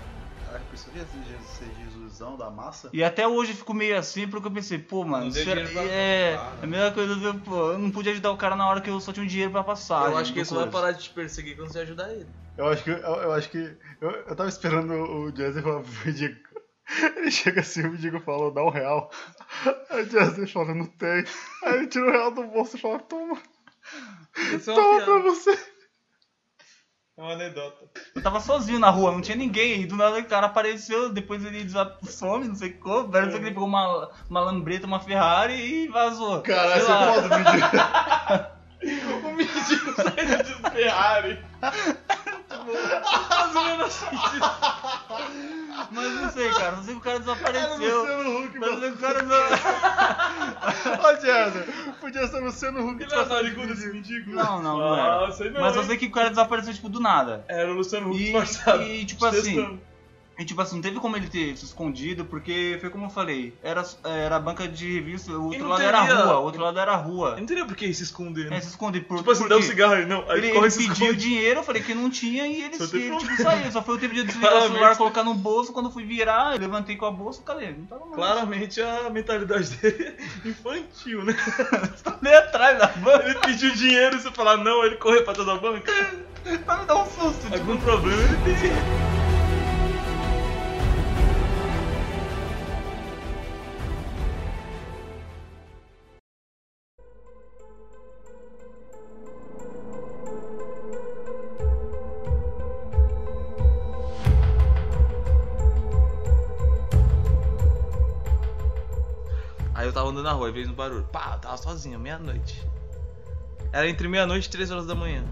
Speaker 1: a pessoa ia ser Jesus- ser Jesusão da massa?
Speaker 4: E até hoje eu fico meio assim, porque eu pensei, pô, mano,
Speaker 2: Não deu
Speaker 4: será-
Speaker 2: dinheiro pra
Speaker 4: é,
Speaker 2: comprar, né?
Speaker 4: a mesma coisa, do- pô, eu não pude ajudar o cara na hora que eu só tinha um dinheiro pra passar.
Speaker 2: eu acho que é ele só vai parar de te perseguir quando você ajudar ele.
Speaker 1: Eu acho que. Eu, eu acho que. Eu, eu tava esperando o o Jazzy falar pro Diego. (laughs) Ele chega assim, o Diego falou, dá um real. Aí o Jazzy fala, não tem. Aí ele tira o real do bolso e fala, toma,
Speaker 2: Isso é
Speaker 1: toma
Speaker 2: uma
Speaker 1: pra
Speaker 2: piada.
Speaker 1: você.
Speaker 2: É uma anedota. (laughs)
Speaker 4: Eu tava sozinho na rua, não tinha ninguém, e do nada o cara apareceu, depois ele desap- some, não sei como, parece que ele pegou uma, uma lambreta, uma Ferrari e vazou.
Speaker 1: Caralho,
Speaker 4: Sei
Speaker 1: você é
Speaker 4: lá.
Speaker 1: (laughs) foda o vídeo.
Speaker 2: O mendigo saindo de Ferrari. Mais ou menos assim.
Speaker 4: Mas não sei, cara, não sei que o cara
Speaker 1: Era o
Speaker 2: é
Speaker 4: desapareceu.
Speaker 1: Luciano
Speaker 2: um
Speaker 1: Huck,
Speaker 4: Mas
Speaker 1: mano.
Speaker 4: o cara não...
Speaker 1: Ó, Jazzy, é podia ser o Luciano Huck.
Speaker 2: Ele era narigudo esse mendigo?
Speaker 4: Não, não, não
Speaker 2: Ah,
Speaker 4: era.
Speaker 2: sei não,
Speaker 4: Mas eu
Speaker 2: hein?
Speaker 4: sei que o cara desapareceu, tipo, do nada.
Speaker 2: Era o Luciano Huck
Speaker 4: E-
Speaker 2: disfarçado.
Speaker 4: e, tipo assim,
Speaker 2: Testando.
Speaker 4: E tipo assim, não teve como ele ter se escondido, porque foi como eu falei, era, era a banca de revista, o
Speaker 2: E
Speaker 4: outro
Speaker 2: não
Speaker 4: lado
Speaker 2: teria-
Speaker 4: era a rua, o outro lado era a
Speaker 2: Eu
Speaker 4: rua.
Speaker 2: não teria por que se esconder, né?
Speaker 4: É, se esconder por.
Speaker 2: Tipo assim,
Speaker 4: por
Speaker 2: dá um
Speaker 4: quê?
Speaker 2: cigarro ele, não. Aí
Speaker 4: Ele,
Speaker 2: corre
Speaker 4: ele
Speaker 2: e se
Speaker 4: pediu
Speaker 2: esconde.
Speaker 4: dinheiro, eu falei que não tinha, e ele,
Speaker 2: Só
Speaker 4: se-
Speaker 2: tem
Speaker 4: ele
Speaker 2: problema.
Speaker 4: tipo, saiu. Só foi o tempo de eu desvirar o
Speaker 2: Claramente.
Speaker 4: celular, colocar no bolso, quando eu fui virar, eu levantei com a bolsa, cadê? Não tava lá.
Speaker 2: Claramente a mentalidade dele é infantil,
Speaker 4: (laughs)
Speaker 2: né?
Speaker 4: Tá nem atrás da banca,
Speaker 2: Ele pediu dinheiro e você falar não, ele corre pra trás da banca.
Speaker 4: pra me dar um susto. Tipo,
Speaker 2: Algum problema ele tem. Aí eu tava andando na rua e veio um barulho. Pá, eu tava sozinho, meia-noite. Era entre meia-noite e três horas da manhã.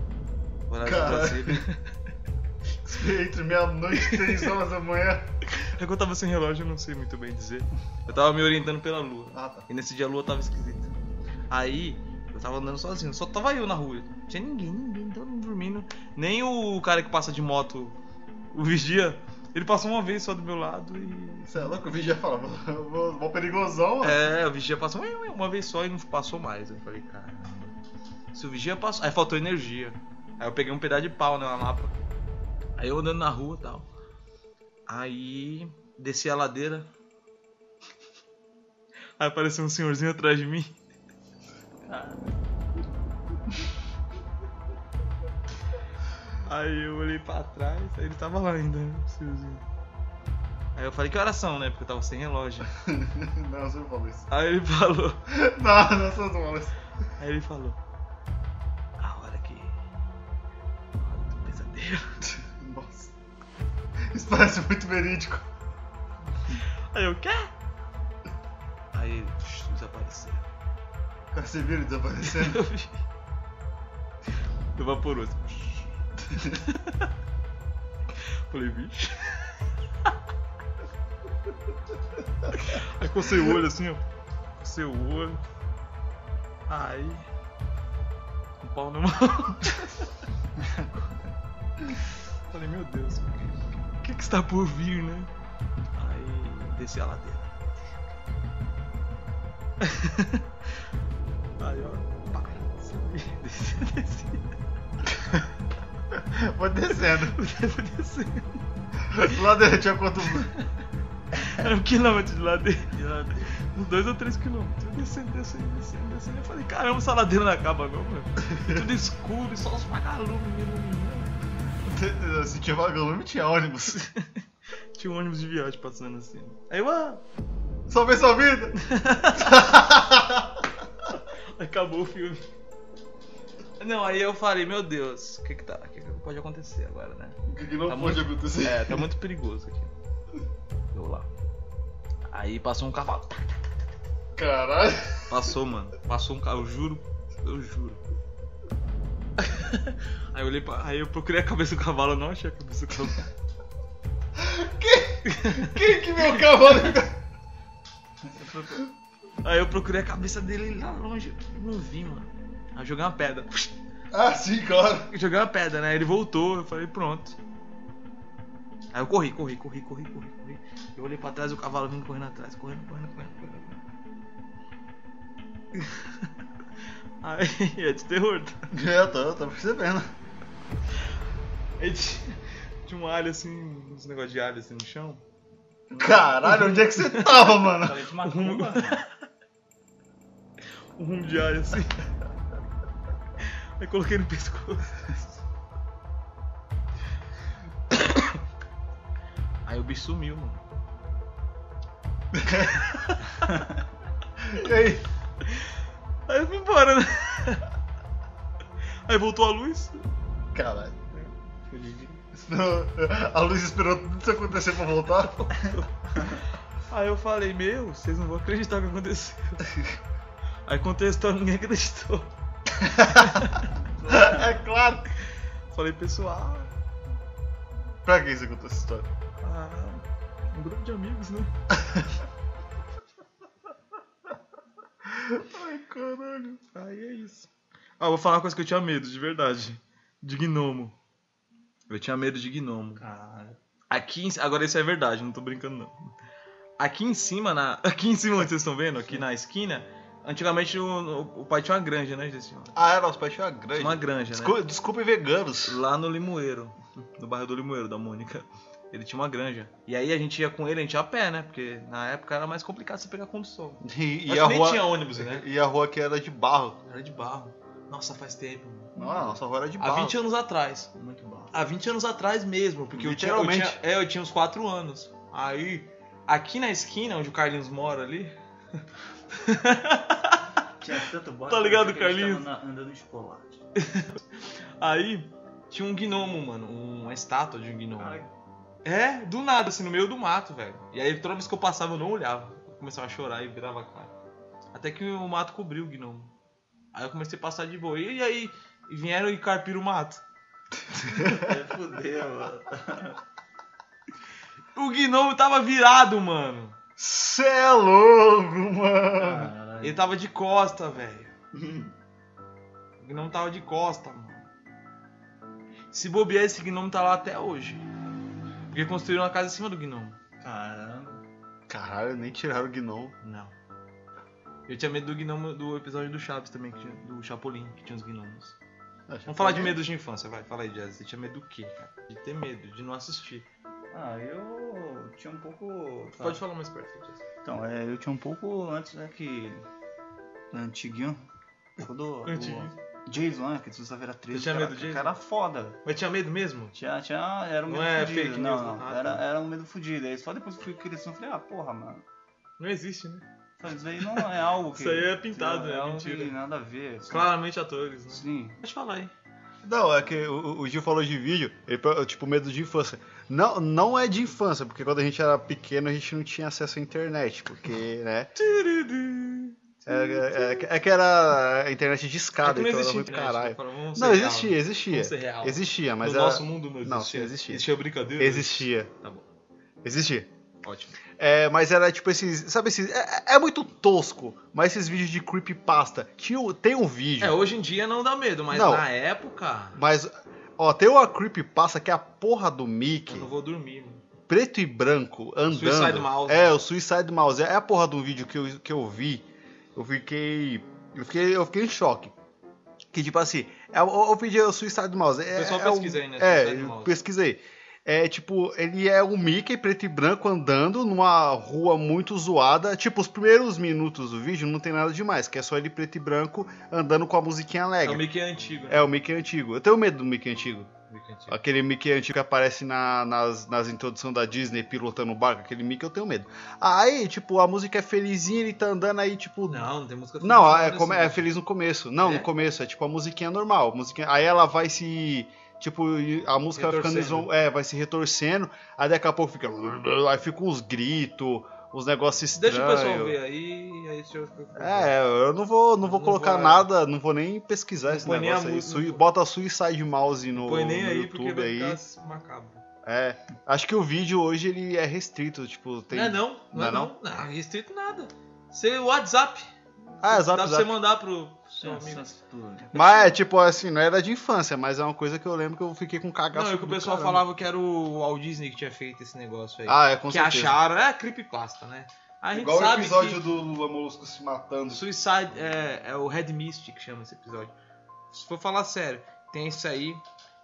Speaker 2: Horário de
Speaker 1: Caralho.
Speaker 2: Brasília.
Speaker 1: Entre meia-noite e três horas da manhã.
Speaker 2: (laughs) É que eu tava sem relógio, eu não sei muito bem dizer. Eu tava me orientando pela lua.
Speaker 1: Ah, tá.
Speaker 2: E nesse dia a lua tava esquisita. Aí, eu tava andando sozinho, só tava eu na rua. Não tinha ninguém, ninguém, todo mundo dormindo. Nem o cara que passa de moto, o vigia, ele passou uma vez só do meu lado e.
Speaker 1: Você é louco? O vídeo já fala, vou, vou perigosão, mano.
Speaker 2: É, o vigia passou "Ué, ué", uma vez só e não passou mais. Eu falei, cara. Se o vigia passou. Aí faltou energia. Aí eu peguei um pedaço de pau, né? Uma lapa. Aí eu andando na rua e tal. Aí desci a ladeira. (laughs) Aí apareceu um senhorzinho atrás de mim. (laughs) Aí eu olhei pra trás, aí ele tava lá ainda, né, o senhorzinho. Aí eu falei que horas são, né? Porque eu tava sem relógio.
Speaker 1: Não, você não falou isso.
Speaker 2: Aí ele (laughs) falou.
Speaker 1: Não, não, você não falou isso.
Speaker 2: Aí ele falou. A hora que. A hora do pesadelo. (laughs)
Speaker 1: Nossa. Isso parece muito verídico.
Speaker 2: Aí eu, quê? Aí ele psh, desapareceu.
Speaker 1: Casemiro Tá, desaparecendo.
Speaker 2: (laughs) Evaporou. (laughs) Falei, bicho. Aí cocei o olho assim, ó. Cocei o olho. Aí. Um pau na mão. (laughs) Falei, meu Deus. O que que está por vir, né? Aí desci a ladeira. (laughs) Aí, ó. Pá. Desci, desci, (laughs) desci.
Speaker 1: Vou descendo.
Speaker 2: Fui descendo.
Speaker 1: Lá dentro tinha quanto.
Speaker 2: Era um quilômetro de ladeira. Uns um dois ou três quilômetros. Eu descendo, descendo, descendo, descendo. Eu falei, caramba, essa ladeira não acaba não, mano. (laughs) Tudo escuro, só os vagalumes me iluminando.
Speaker 1: Se tinha vagalume, tinha ônibus.
Speaker 2: Tinha um ônibus de viagem passando assim. Aí, ué,
Speaker 1: Salve sua vida!
Speaker 2: acabou o filme. Não, aí eu falei, meu Deus, o que que tá, o que que pode acontecer agora, né?
Speaker 1: O que que não
Speaker 2: Tá
Speaker 1: pode
Speaker 2: muito-
Speaker 1: acontecer?
Speaker 2: É, tá muito perigoso aqui. Eu lá. Aí passou um cavalo. Tá,
Speaker 1: Caralho.
Speaker 2: Passou, mano. Passou um cavalo, eu juro. Eu juro. Aí eu olhei pra... Aí eu procurei a cabeça do cavalo, eu não achei a cabeça do cavalo.
Speaker 1: Quem, quem que meu cavalo.
Speaker 2: Aí eu procurei a cabeça dele lá longe. Eu não vi, mano. Aí eu joguei uma pedra. (laughs)
Speaker 1: Ah, sim, claro.
Speaker 2: Eu joguei uma pedra, né? Ele voltou, eu falei, pronto. Aí eu corri, corri, corri, corri, corri, corri. Eu olhei pra trás, o cavalo vindo correndo atrás, correndo, correndo, correndo, correndo. (laughs) Aí é de terror, tá?
Speaker 1: É, tô, tô percebendo.
Speaker 2: Aí tinha, tinha É um alho assim, uns negócios de alho assim no chão.
Speaker 1: Caralho, onde é que você tava, mano?
Speaker 4: Falei de macumba.
Speaker 2: Um rumo de alho assim. Aí coloquei no pescoço. Aí o bicho sumiu, mano.
Speaker 1: E aí?
Speaker 2: Aí eu fui embora, né? Aí voltou a luz.
Speaker 1: Caralho. Não, A luz esperou tudo isso acontecer pra voltar.
Speaker 2: Aí eu falei, meu, vocês não vão acreditar o que aconteceu. Aí contei a história, ninguém acreditou.
Speaker 1: é claro.
Speaker 2: Falei, pessoal,
Speaker 1: Pra quem você contou essa história?
Speaker 2: ah, um grupo de amigos, (laughs) né?
Speaker 1: Ai, caralho.
Speaker 2: Aí é isso. Ah, eu vou falar uma coisa que eu tinha medo, de verdade. De gnomo. Eu tinha medo de gnomo.
Speaker 4: Cara,
Speaker 2: Aqui em... Agora isso é verdade, não tô brincando não. Aqui em cima, na... (laughs) aqui em cima onde vocês estão vendo, aqui na esquina, antigamente o, o pai tinha uma granja, né, gente? Tinha
Speaker 1: Ah, era, os pais tinham uma grande.
Speaker 2: uma granja, né?
Speaker 1: Desculpa, desculpa veganos.
Speaker 2: Lá no Limoeiro, (laughs) no bairro do Limoeiro, da Mônica. Ele tinha uma granja. E aí a gente ia com ele, a gente ia a pé, né? Porque na época era mais complicado você pegar condução.
Speaker 1: E,
Speaker 2: Acho
Speaker 1: e a
Speaker 2: que nem
Speaker 1: rua,
Speaker 2: tinha ônibus, né?
Speaker 1: e a rua aqui era de barro.
Speaker 2: (laughs) Era de barro. Nossa, faz tempo. mano.
Speaker 1: Não, a nossa rua era de
Speaker 2: Há
Speaker 1: barro.
Speaker 2: 20 anos atrás.
Speaker 4: muito bom.
Speaker 2: Há 20 anos atrás mesmo, porque eu tinha, eu
Speaker 1: Literalmente.
Speaker 2: tinha- é, eu tinha uns 4 anos. Aí, aqui na esquina, onde o Carlinhos mora ali,
Speaker 4: Tinha tanto bota.
Speaker 2: Tá ligado,
Speaker 4: que a gente
Speaker 2: Carlinhos?
Speaker 4: tava na- Andando em chocolate.
Speaker 2: aí tinha um gnomo, mano, um- uma estátua de um gnomo. É, do nada, assim, no meio do mato, velho. E aí toda vez que eu passava eu não olhava. Eu começava a chorar e virava a cara. Até que o mato cobriu o gnomo. Aí eu comecei a passar de boa. E aí vieram e carpiram o mato.
Speaker 4: É fudeu, mano.
Speaker 2: O gnomo tava virado, mano.
Speaker 1: Cê é louco, mano.
Speaker 4: Caralho.
Speaker 2: Ele tava de costa, velho. O gnomo tava de costa, mano. Se bobear, esse gnomo tá lá até hoje. Porque construíram uma casa em cima do gnomo.
Speaker 4: Caramba.
Speaker 1: Caralho, nem tiraram o gnomo.
Speaker 2: Não. Eu tinha medo do gnomo do episódio do Chaves também, que tinha- do Chapolin, que tinha os gnomos. Vamos falar
Speaker 1: Uhum.
Speaker 2: de medos de infância, vai. Fala aí, Jazz. Você tinha medo do quê, cara? De ter medo, de não assistir.
Speaker 4: Ah, eu tinha um pouco. tá.
Speaker 2: Pode falar mais perto, Jazz.
Speaker 4: Então, é, eu tinha um pouco antes, né, que... Antiguinho.
Speaker 2: (laughs)
Speaker 4: Todo...
Speaker 2: Antiguinho.
Speaker 4: o Jason, né, que sexta-feira 13.
Speaker 2: Você tinha
Speaker 4: cara,
Speaker 2: medo do Jason?
Speaker 4: Cara foda, velho.
Speaker 2: Mas tinha medo mesmo?
Speaker 4: Tinha, tinha, era um
Speaker 2: Não
Speaker 4: medo
Speaker 2: é
Speaker 4: fudido.
Speaker 2: fake
Speaker 4: não,
Speaker 2: news, não.
Speaker 4: não,
Speaker 2: Ah,
Speaker 4: era,
Speaker 2: tá.
Speaker 4: era um medo fudido. Aí só depois que eu fui crescendo, eu falei, ah, porra, mano.
Speaker 2: Não existe, né?
Speaker 4: sabe, Isso aí não
Speaker 2: (laughs)
Speaker 4: é algo que...
Speaker 2: Isso aí é pintado,
Speaker 4: sei lá,
Speaker 2: é
Speaker 4: algo
Speaker 2: mentira.
Speaker 4: que nada a ver. assim. sabe?
Speaker 2: Claramente atores, né?
Speaker 4: Sim.
Speaker 2: Pode falar aí.
Speaker 1: Não, é que o, o Gil falou de vídeo, ele, per- tipo, medo de infância. Não, não é de infância, porque quando a gente era pequeno a gente não tinha acesso à internet, porque, né?
Speaker 2: Tiridu.
Speaker 1: É, é- é que era a internet de
Speaker 2: É
Speaker 1: escada,
Speaker 2: que não
Speaker 1: então era
Speaker 2: existia
Speaker 1: muito
Speaker 2: internet, né?
Speaker 1: caralho.
Speaker 2: Fala, vamos ser
Speaker 1: Não,
Speaker 2: real. né?
Speaker 1: existia, existia.
Speaker 2: Vamos ser real.
Speaker 1: Existia, mas
Speaker 2: no
Speaker 1: era-
Speaker 2: nosso mundo não existia.
Speaker 1: Não, sim, existia.
Speaker 2: Existia brincadeira?
Speaker 1: Existia.
Speaker 2: Tá bom.
Speaker 1: Existia.
Speaker 2: Ótimo.
Speaker 1: É, mas era tipo esses. Sabe esses. É, é muito tosco, mas esses vídeos de creepypasta. Tinha, o- tem um vídeo.
Speaker 2: É, hoje em dia não dá medo, mas
Speaker 1: Não.
Speaker 2: na época.
Speaker 1: Mas. Ó, tem uma creepypasta que é a porra do Mickey,
Speaker 2: Eu não vou dormir, mano.
Speaker 1: preto e branco, andando.
Speaker 2: Suicide Mouse.
Speaker 1: É, o Suicide Mouse. É a porra do vídeo que eu, que eu vi. Eu fiquei. Eu fiquei, eu fiquei em choque. Que tipo assim, é, eu, eu pedi o Suicide Mouse. É,
Speaker 2: O pessoal
Speaker 1: é um-
Speaker 2: pesquisa aí, né?
Speaker 1: É,
Speaker 2: Suicide Mouse.
Speaker 1: pesquisa aí. É tipo, ele é um Mickey preto e branco andando numa rua muito zoada. Tipo, os primeiros minutos do vídeo não tem nada demais, que é só ele preto e branco andando com a musiquinha
Speaker 2: É o
Speaker 1: alegre.
Speaker 2: Mickey antigo, né?
Speaker 1: É o Mickey antigo. Eu tenho medo do Mickey antigo.
Speaker 2: Mickey antigo.
Speaker 1: Aquele Mickey antigo que aparece na- nas, nas introduções da Disney pilotando o barco, aquele Mickey eu tenho medo. Aí, tipo, a música é felizinha, ele tá andando aí, tipo.
Speaker 2: Não, não tem música
Speaker 1: Não, é,
Speaker 2: assim,
Speaker 1: come-
Speaker 2: né?
Speaker 1: é feliz no começo. Não,
Speaker 2: É?
Speaker 1: no começo, é tipo a musiquinha normal. Musiquinha, aí ela vai se. Tipo, e a música vai ficando.
Speaker 2: Retorcendo.
Speaker 1: esvo- É, vai se retorcendo. Aí daqui a pouco fica. Aí ficam uns gritos, uns negócios estranhos.
Speaker 2: Deixa o pessoal ver aí, aí se eu.
Speaker 1: É, eu não vou, não vou
Speaker 2: Não
Speaker 1: colocar
Speaker 2: vou- é.
Speaker 1: nada, não vou nem pesquisar
Speaker 2: Não
Speaker 1: esse
Speaker 2: põe nem a
Speaker 1: negócio aí.
Speaker 2: música,
Speaker 1: Sui-
Speaker 2: não põe.
Speaker 1: Bota Suicide Mouse no,
Speaker 2: Põe nem
Speaker 1: no
Speaker 2: aí porque
Speaker 1: YouTube
Speaker 2: vai
Speaker 1: aí.
Speaker 2: ficar macabro.
Speaker 1: É, acho que o vídeo hoje ele é restrito, tipo, tem...
Speaker 2: Não é não, não,
Speaker 1: Não é
Speaker 2: é não. Não, restrito nada. Você WhatsApp.
Speaker 1: Ah, zap,
Speaker 2: Dá pra você
Speaker 1: zap.
Speaker 2: mandar pro seu amigo.
Speaker 4: Essas tudo.
Speaker 1: Mas, tipo, assim, não era de infância, mas é uma coisa que eu lembro que eu fiquei com um cagaço.
Speaker 2: Não, é que o
Speaker 1: do
Speaker 2: pessoal
Speaker 1: caramba.
Speaker 2: falava que era o Walt Disney que tinha feito esse negócio aí.
Speaker 1: Ah, é, com
Speaker 2: que
Speaker 1: certeza.
Speaker 2: acharam, é creepypasta, né? A gente sabe que
Speaker 1: do Lula Molusco se matando.
Speaker 2: Suicide é, é o Red Mist que chama esse episódio. Se for falar sério, tem isso aí.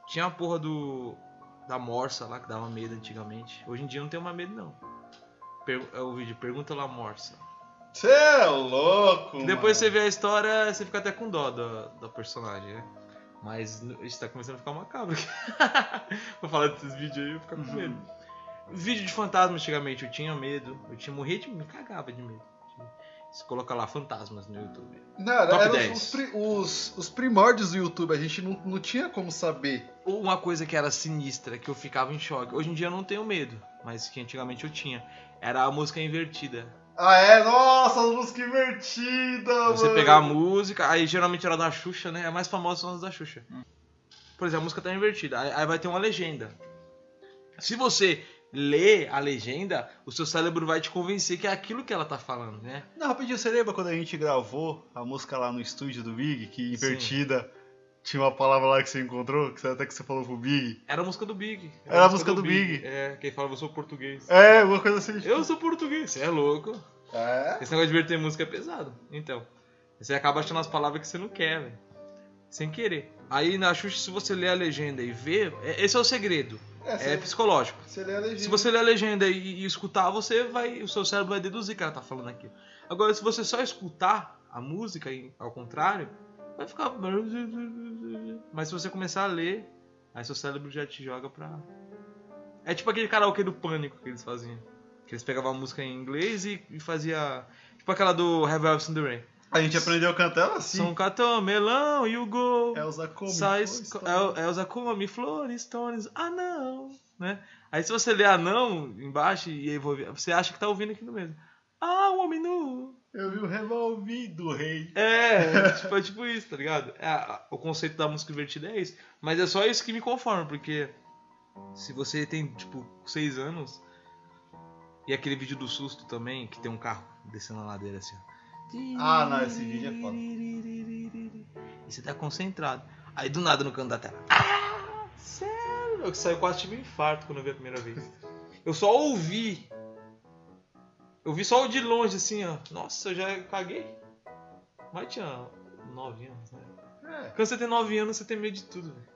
Speaker 2: Tinha a porra do da morsa lá que dava medo antigamente. Hoje em dia não tem mais medo não. Per- é o vídeo, pergunta lá morsa.
Speaker 1: Você é louco,
Speaker 2: Depois você vê a história, você fica até com dó da, da personagem, né? Mas n- isso tá começando a ficar macabro. aqui. (laughs) Vou falar desses vídeos aí, eu vou ficar com medo. Vídeo de fantasma antigamente, eu tinha medo. Eu tinha morria de me cagava de medo. Se coloca lá fantasmas no YouTube.
Speaker 1: Não,
Speaker 2: Top eram os- 10. os
Speaker 1: os, primórdios do YouTube, a gente não, não tinha como saber.
Speaker 2: Ou Uma coisa que era sinistra, que eu ficava em choque. Hoje em dia eu não tenho medo, mas que antigamente eu tinha. Era a música invertida.
Speaker 1: Ah, é? Nossa, música invertida,
Speaker 2: Você pegar a música, aí geralmente era da Xuxa, né? É mais famosa são as da Xuxa. Por exemplo, a música tá invertida, aí, aí vai ter uma legenda. Se você lê a legenda, o seu cérebro vai te convencer que é aquilo que ela tá falando, né?
Speaker 1: Não, rapidinho, você lembra quando a gente gravou a música lá no estúdio do Big, que invertida tinha uma palavra lá que você encontrou, que você- até que você falou pro Big?
Speaker 2: Era a música do Big.
Speaker 1: Era a música do Big.
Speaker 2: É, quem falava eu sou português.
Speaker 1: É, alguma coisa assim.
Speaker 2: Eu sou português, você é louco.
Speaker 1: É?
Speaker 2: Esse negócio de inverter música é pesado. Então, você acaba achando as palavras que você não quer, velho. Sem querer. Aí na Xuxa, se você ler a legenda e ver, é- esse é o segredo. é psicológico.
Speaker 1: Você lê a legenda.
Speaker 2: Se você ler a legenda e, e escutar, você vai, o seu cérebro vai deduzir que ela tá falando aquilo. Agora, se você só escutar a música e- ao contrário, vai ficar. (laughs) Mas se você começar a ler, aí seu cérebro já te joga pra. É tipo aquele karaokê do pânico que eles faziam. Que eles pegavam a música em inglês e, e fazia. Tipo aquela do Have Elves in the Rain.
Speaker 1: A gente aprendeu a cantar ela assim. é
Speaker 2: São Catão, Melão e o Gol.
Speaker 1: Elza Como.
Speaker 2: Sai,
Speaker 1: foi,
Speaker 4: é
Speaker 2: El- Elza Kuami, é flores, tones, ah não, né? Aí se você ler ah não embaixo e aí vou ver, você acha que tá ouvindo aquilo mesmo. Ah, um homem nu.
Speaker 1: Eu vi o revolvi do rei.
Speaker 2: É, tipo, é tipo isso, tá ligado? É, a- o conceito da música invertida é isso. Mas é só isso que me conforma, porque se você tem, tipo, seis anos, e aquele vídeo do susto também, que tem um carro descendo a ladeira assim, ó.
Speaker 1: Ah, não, esse vídeo é foda.
Speaker 2: E você tá concentrado. Aí do nada no canto da tela. Ah, sério? Eu que saiu quase tive um infarto quando eu vi a primeira vez. Eu só ouvi. Eu vi só o de longe assim, ó. Nossa, eu já caguei. Mas tinha 9 anos, né?
Speaker 1: É.
Speaker 2: Quando você tem 9 anos, você tem medo de tudo, velho.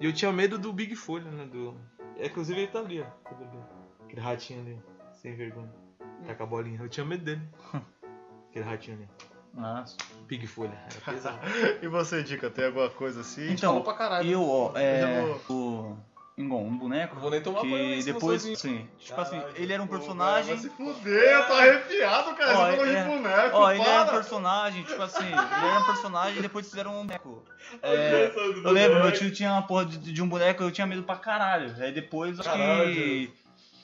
Speaker 2: E eu tinha medo do Big Folha, né? Do... É, inclusive ele tá ali, ó. Cadê ele? Aquele ratinho ali, ó, sem vergonha. Tá com a bolinha. Eu tinha medo (laughs) dele. Aquele ratinho ali.
Speaker 4: Nossa.
Speaker 2: Big Folha. (laughs) Era pesado.
Speaker 1: E você, Dica, tem alguma coisa assim? A gente
Speaker 4: Então,
Speaker 1: falou pra caralho.
Speaker 4: E eu, ó,
Speaker 1: Mas
Speaker 4: é.
Speaker 1: eu
Speaker 4: O. Ingon, um boneco.
Speaker 2: Não vou nem tomar
Speaker 4: que
Speaker 2: banho, isso não
Speaker 4: depois.
Speaker 2: sozinho. Ah,
Speaker 4: Sim. Tipo assim,
Speaker 2: Caralho,
Speaker 4: ele era um
Speaker 2: pô,
Speaker 4: personagem.
Speaker 1: Vai se fuder, eu tô arrepiado, cara.
Speaker 4: Ó,
Speaker 1: você falou
Speaker 4: é-
Speaker 1: de
Speaker 2: Tá
Speaker 1: boneco,
Speaker 4: Ó,
Speaker 1: para.
Speaker 4: ele era um personagem, tipo assim, ele era um personagem e depois fizeram um boneco. É, eu lembro,
Speaker 2: né?
Speaker 4: meu tio tinha uma porra de, de um boneco, eu tinha medo pra caralho. Aí depois acho que
Speaker 3: Caralho.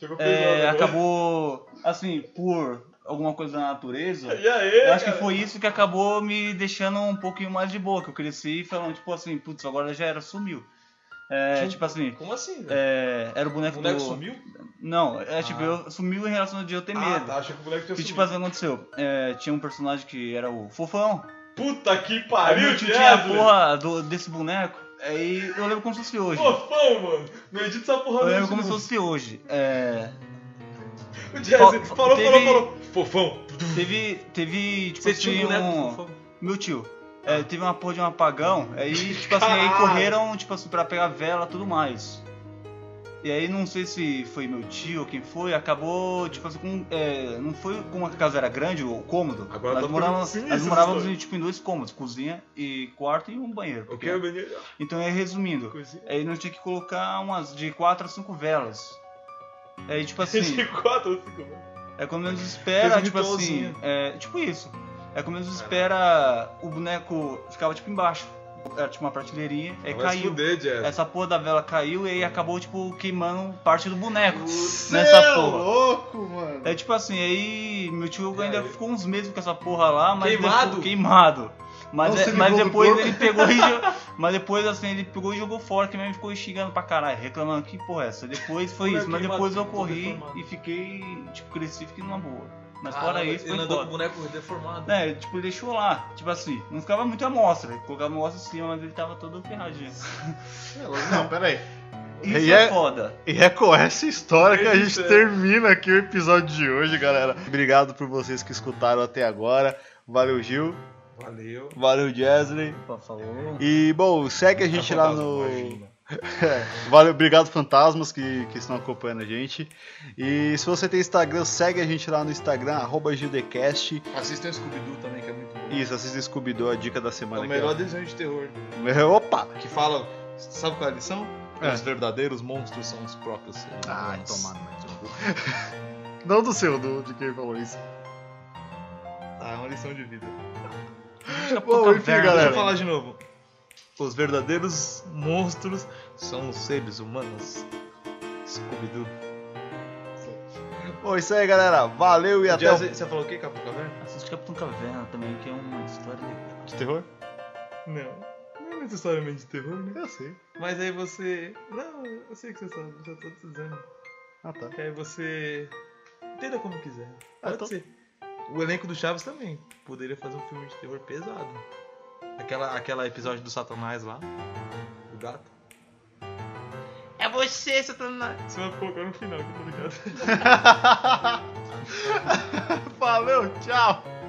Speaker 3: Chegou
Speaker 4: é,
Speaker 3: pesado, né?
Speaker 4: acabou, assim, por alguma coisa da natureza.
Speaker 2: E aí?
Speaker 4: Eu acho que
Speaker 2: cara?
Speaker 4: foi isso que acabou me deixando um pouquinho mais de boa, que eu cresci falando, tipo assim, putz, agora já era, sumiu. É, tipo assim,
Speaker 2: Como assim, velho?
Speaker 4: é, era o
Speaker 2: O
Speaker 4: boneco,
Speaker 2: boneco
Speaker 4: do...
Speaker 2: sumiu?
Speaker 4: Não, é tipo,
Speaker 2: Ah.
Speaker 4: eu sumiu em relação ao de eu ter
Speaker 2: Ah,
Speaker 4: medo.
Speaker 2: tá, achei que o moleque tinha
Speaker 4: Que
Speaker 2: sumido.
Speaker 4: tipo assim aconteceu? É, tinha um personagem que era o Fofão.
Speaker 2: Puta que
Speaker 4: Aí
Speaker 2: pariu,
Speaker 4: meu tio tinha a
Speaker 2: Jeff.
Speaker 4: porra do- desse boneco. Aí eu lembro como se fosse hoje.
Speaker 2: Fofão, mano. Não edita essa porra
Speaker 4: Eu
Speaker 2: não,
Speaker 4: lembro como
Speaker 2: Jimmy.
Speaker 4: se fosse hoje. É,
Speaker 2: O Jazzy
Speaker 4: Fa-
Speaker 2: falou,
Speaker 4: teve-
Speaker 2: falou, falou. Fofão.
Speaker 4: teve, teve, tipo
Speaker 2: Você
Speaker 4: assim,
Speaker 2: tinha um boneco do
Speaker 4: um...
Speaker 2: Fofão?
Speaker 4: Meu tio. é, teve uma porra de um apagão, aí, tipo assim, aí
Speaker 2: Caralho.
Speaker 4: correram, tipo assim, pra pegar vela e tudo mais. E aí, não sei se foi meu tio ou quem foi, acabou, tipo assim, com, é, não foi como a casa era grande, o cômodo.
Speaker 2: Agora
Speaker 4: nós
Speaker 2: tá tudo
Speaker 4: morávamos,
Speaker 2: sinistro
Speaker 4: nós
Speaker 2: essa
Speaker 4: morávamos
Speaker 2: história.
Speaker 4: tipo, em dois cômodos, cozinha e quarto e um banheiro.
Speaker 2: O que é
Speaker 4: pequeno.
Speaker 2: menino?
Speaker 4: Então, aí, resumindo,
Speaker 2: (laughs)
Speaker 4: aí nós tinha que colocar umas de quatro a cinco velas. Aí, tipo assim...
Speaker 2: De quatro ou cinco, mano.
Speaker 4: É quando menos espera,
Speaker 2: Fez um
Speaker 4: tipo assim.
Speaker 2: ritualzinho.
Speaker 4: É, tipo isso. É quando menos espera, o boneco ficava tipo embaixo. Era tipo uma prateleirinha, aí
Speaker 2: Vai se
Speaker 4: caiu.
Speaker 2: fuder, Jazzy.
Speaker 4: Essa porra da vela caiu e aí acabou, tipo, queimando parte do boneco.
Speaker 1: Cê
Speaker 4: nessa
Speaker 1: é
Speaker 4: porra.
Speaker 1: louco, mano.
Speaker 4: É tipo assim, aí meu tio
Speaker 2: E
Speaker 4: ainda
Speaker 2: aí?
Speaker 4: ficou uns meses com essa porra lá, mas
Speaker 2: Queimado?
Speaker 4: depois- queimado. Mas,
Speaker 1: Nossa,
Speaker 4: é-
Speaker 1: ele
Speaker 4: mas
Speaker 1: jogou
Speaker 4: depois
Speaker 1: corpo.
Speaker 4: ele pegou e jo- Mas depois assim, ele pegou e jogou fora, que mesmo ficou xingando pra caralho, reclamando que porra é essa. Depois foi
Speaker 2: Como é
Speaker 4: isso, mas
Speaker 2: queimado?
Speaker 4: depois eu
Speaker 2: Todo
Speaker 4: corri
Speaker 2: deformado.
Speaker 4: e fiquei. Tipo, cresci e fiquei numa boa. Ah, Mas
Speaker 2: Caramba,
Speaker 4: fora isso, foi
Speaker 2: Ah, Ele andou com o
Speaker 4: foda.
Speaker 2: boneco deformado.
Speaker 4: É, ele, tipo, ele deixou lá. Tipo assim, não ficava muito amostra. Ele colocava amostra em cima, mas ele tava todo ferradinho.
Speaker 1: Não, peraí.
Speaker 4: Isso
Speaker 1: E
Speaker 4: é
Speaker 1: é-
Speaker 4: foda.
Speaker 1: E é com essa história que a
Speaker 2: Bem
Speaker 1: gente
Speaker 2: sincero.
Speaker 1: termina aqui o episódio de hoje, galera. Obrigado por vocês que escutaram até agora. Valeu, Gil.
Speaker 2: Valeu.
Speaker 1: Valeu, Jesley.
Speaker 4: Por favor.
Speaker 1: E, bom, segue a
Speaker 2: Tá
Speaker 1: gente lá no. É, Valeu, obrigado, fantasmas que, que estão acompanhando a gente. E se você tem Instagram, segue a gente lá no Instagram, arroba Gildecast.
Speaker 3: Assistam Scooby-Doo também, que é muito bom.
Speaker 1: Isso, assista Scooby-Doo, a dica da
Speaker 3: É
Speaker 1: semana.
Speaker 3: o
Speaker 1: que
Speaker 3: melhor desenho de terror.
Speaker 1: é- (laughs) Opa!
Speaker 3: Que fala. Sabe qual é a lição?
Speaker 1: É.
Speaker 3: Os verdadeiros monstros são os próprios seres.
Speaker 1: Ai,
Speaker 3: humanos.
Speaker 1: tomar Não do seu, do, de quem falou isso.
Speaker 3: Ah, é uma lição de vida.
Speaker 1: Bom, enfim,
Speaker 4: é caverna.
Speaker 3: Deixa
Speaker 1: galera.
Speaker 3: eu falar de novo. Os verdadeiros monstros são os seres humanos. Scooby-Doo.
Speaker 1: Bom, isso aí, galera. Valeu e
Speaker 3: O
Speaker 1: até
Speaker 3: Jazz,
Speaker 1: o.
Speaker 3: Um Você falou o que, Capo Caverna?
Speaker 4: Assiste Capitão é Caverna também, que é uma história legal.
Speaker 1: De terror?
Speaker 3: Não. Não é necessariamente de terror, né?
Speaker 1: Eu sei.
Speaker 3: Mas aí você. Não, eu sei que você sabe, eu já tô dizendo.
Speaker 1: Ah, tá.
Speaker 3: Que aí você. Entenda como quiser.
Speaker 1: Ah,
Speaker 3: Pode
Speaker 1: então-
Speaker 3: ser. O elenco do Chaves também. Poderia fazer um filme de terror pesado. Aquela, aquela episódio do Satanás lá. O gato. É você, Satanás! Você vai colocar no final, que eu tô ligado.
Speaker 1: (laughs) Valeu, tchau!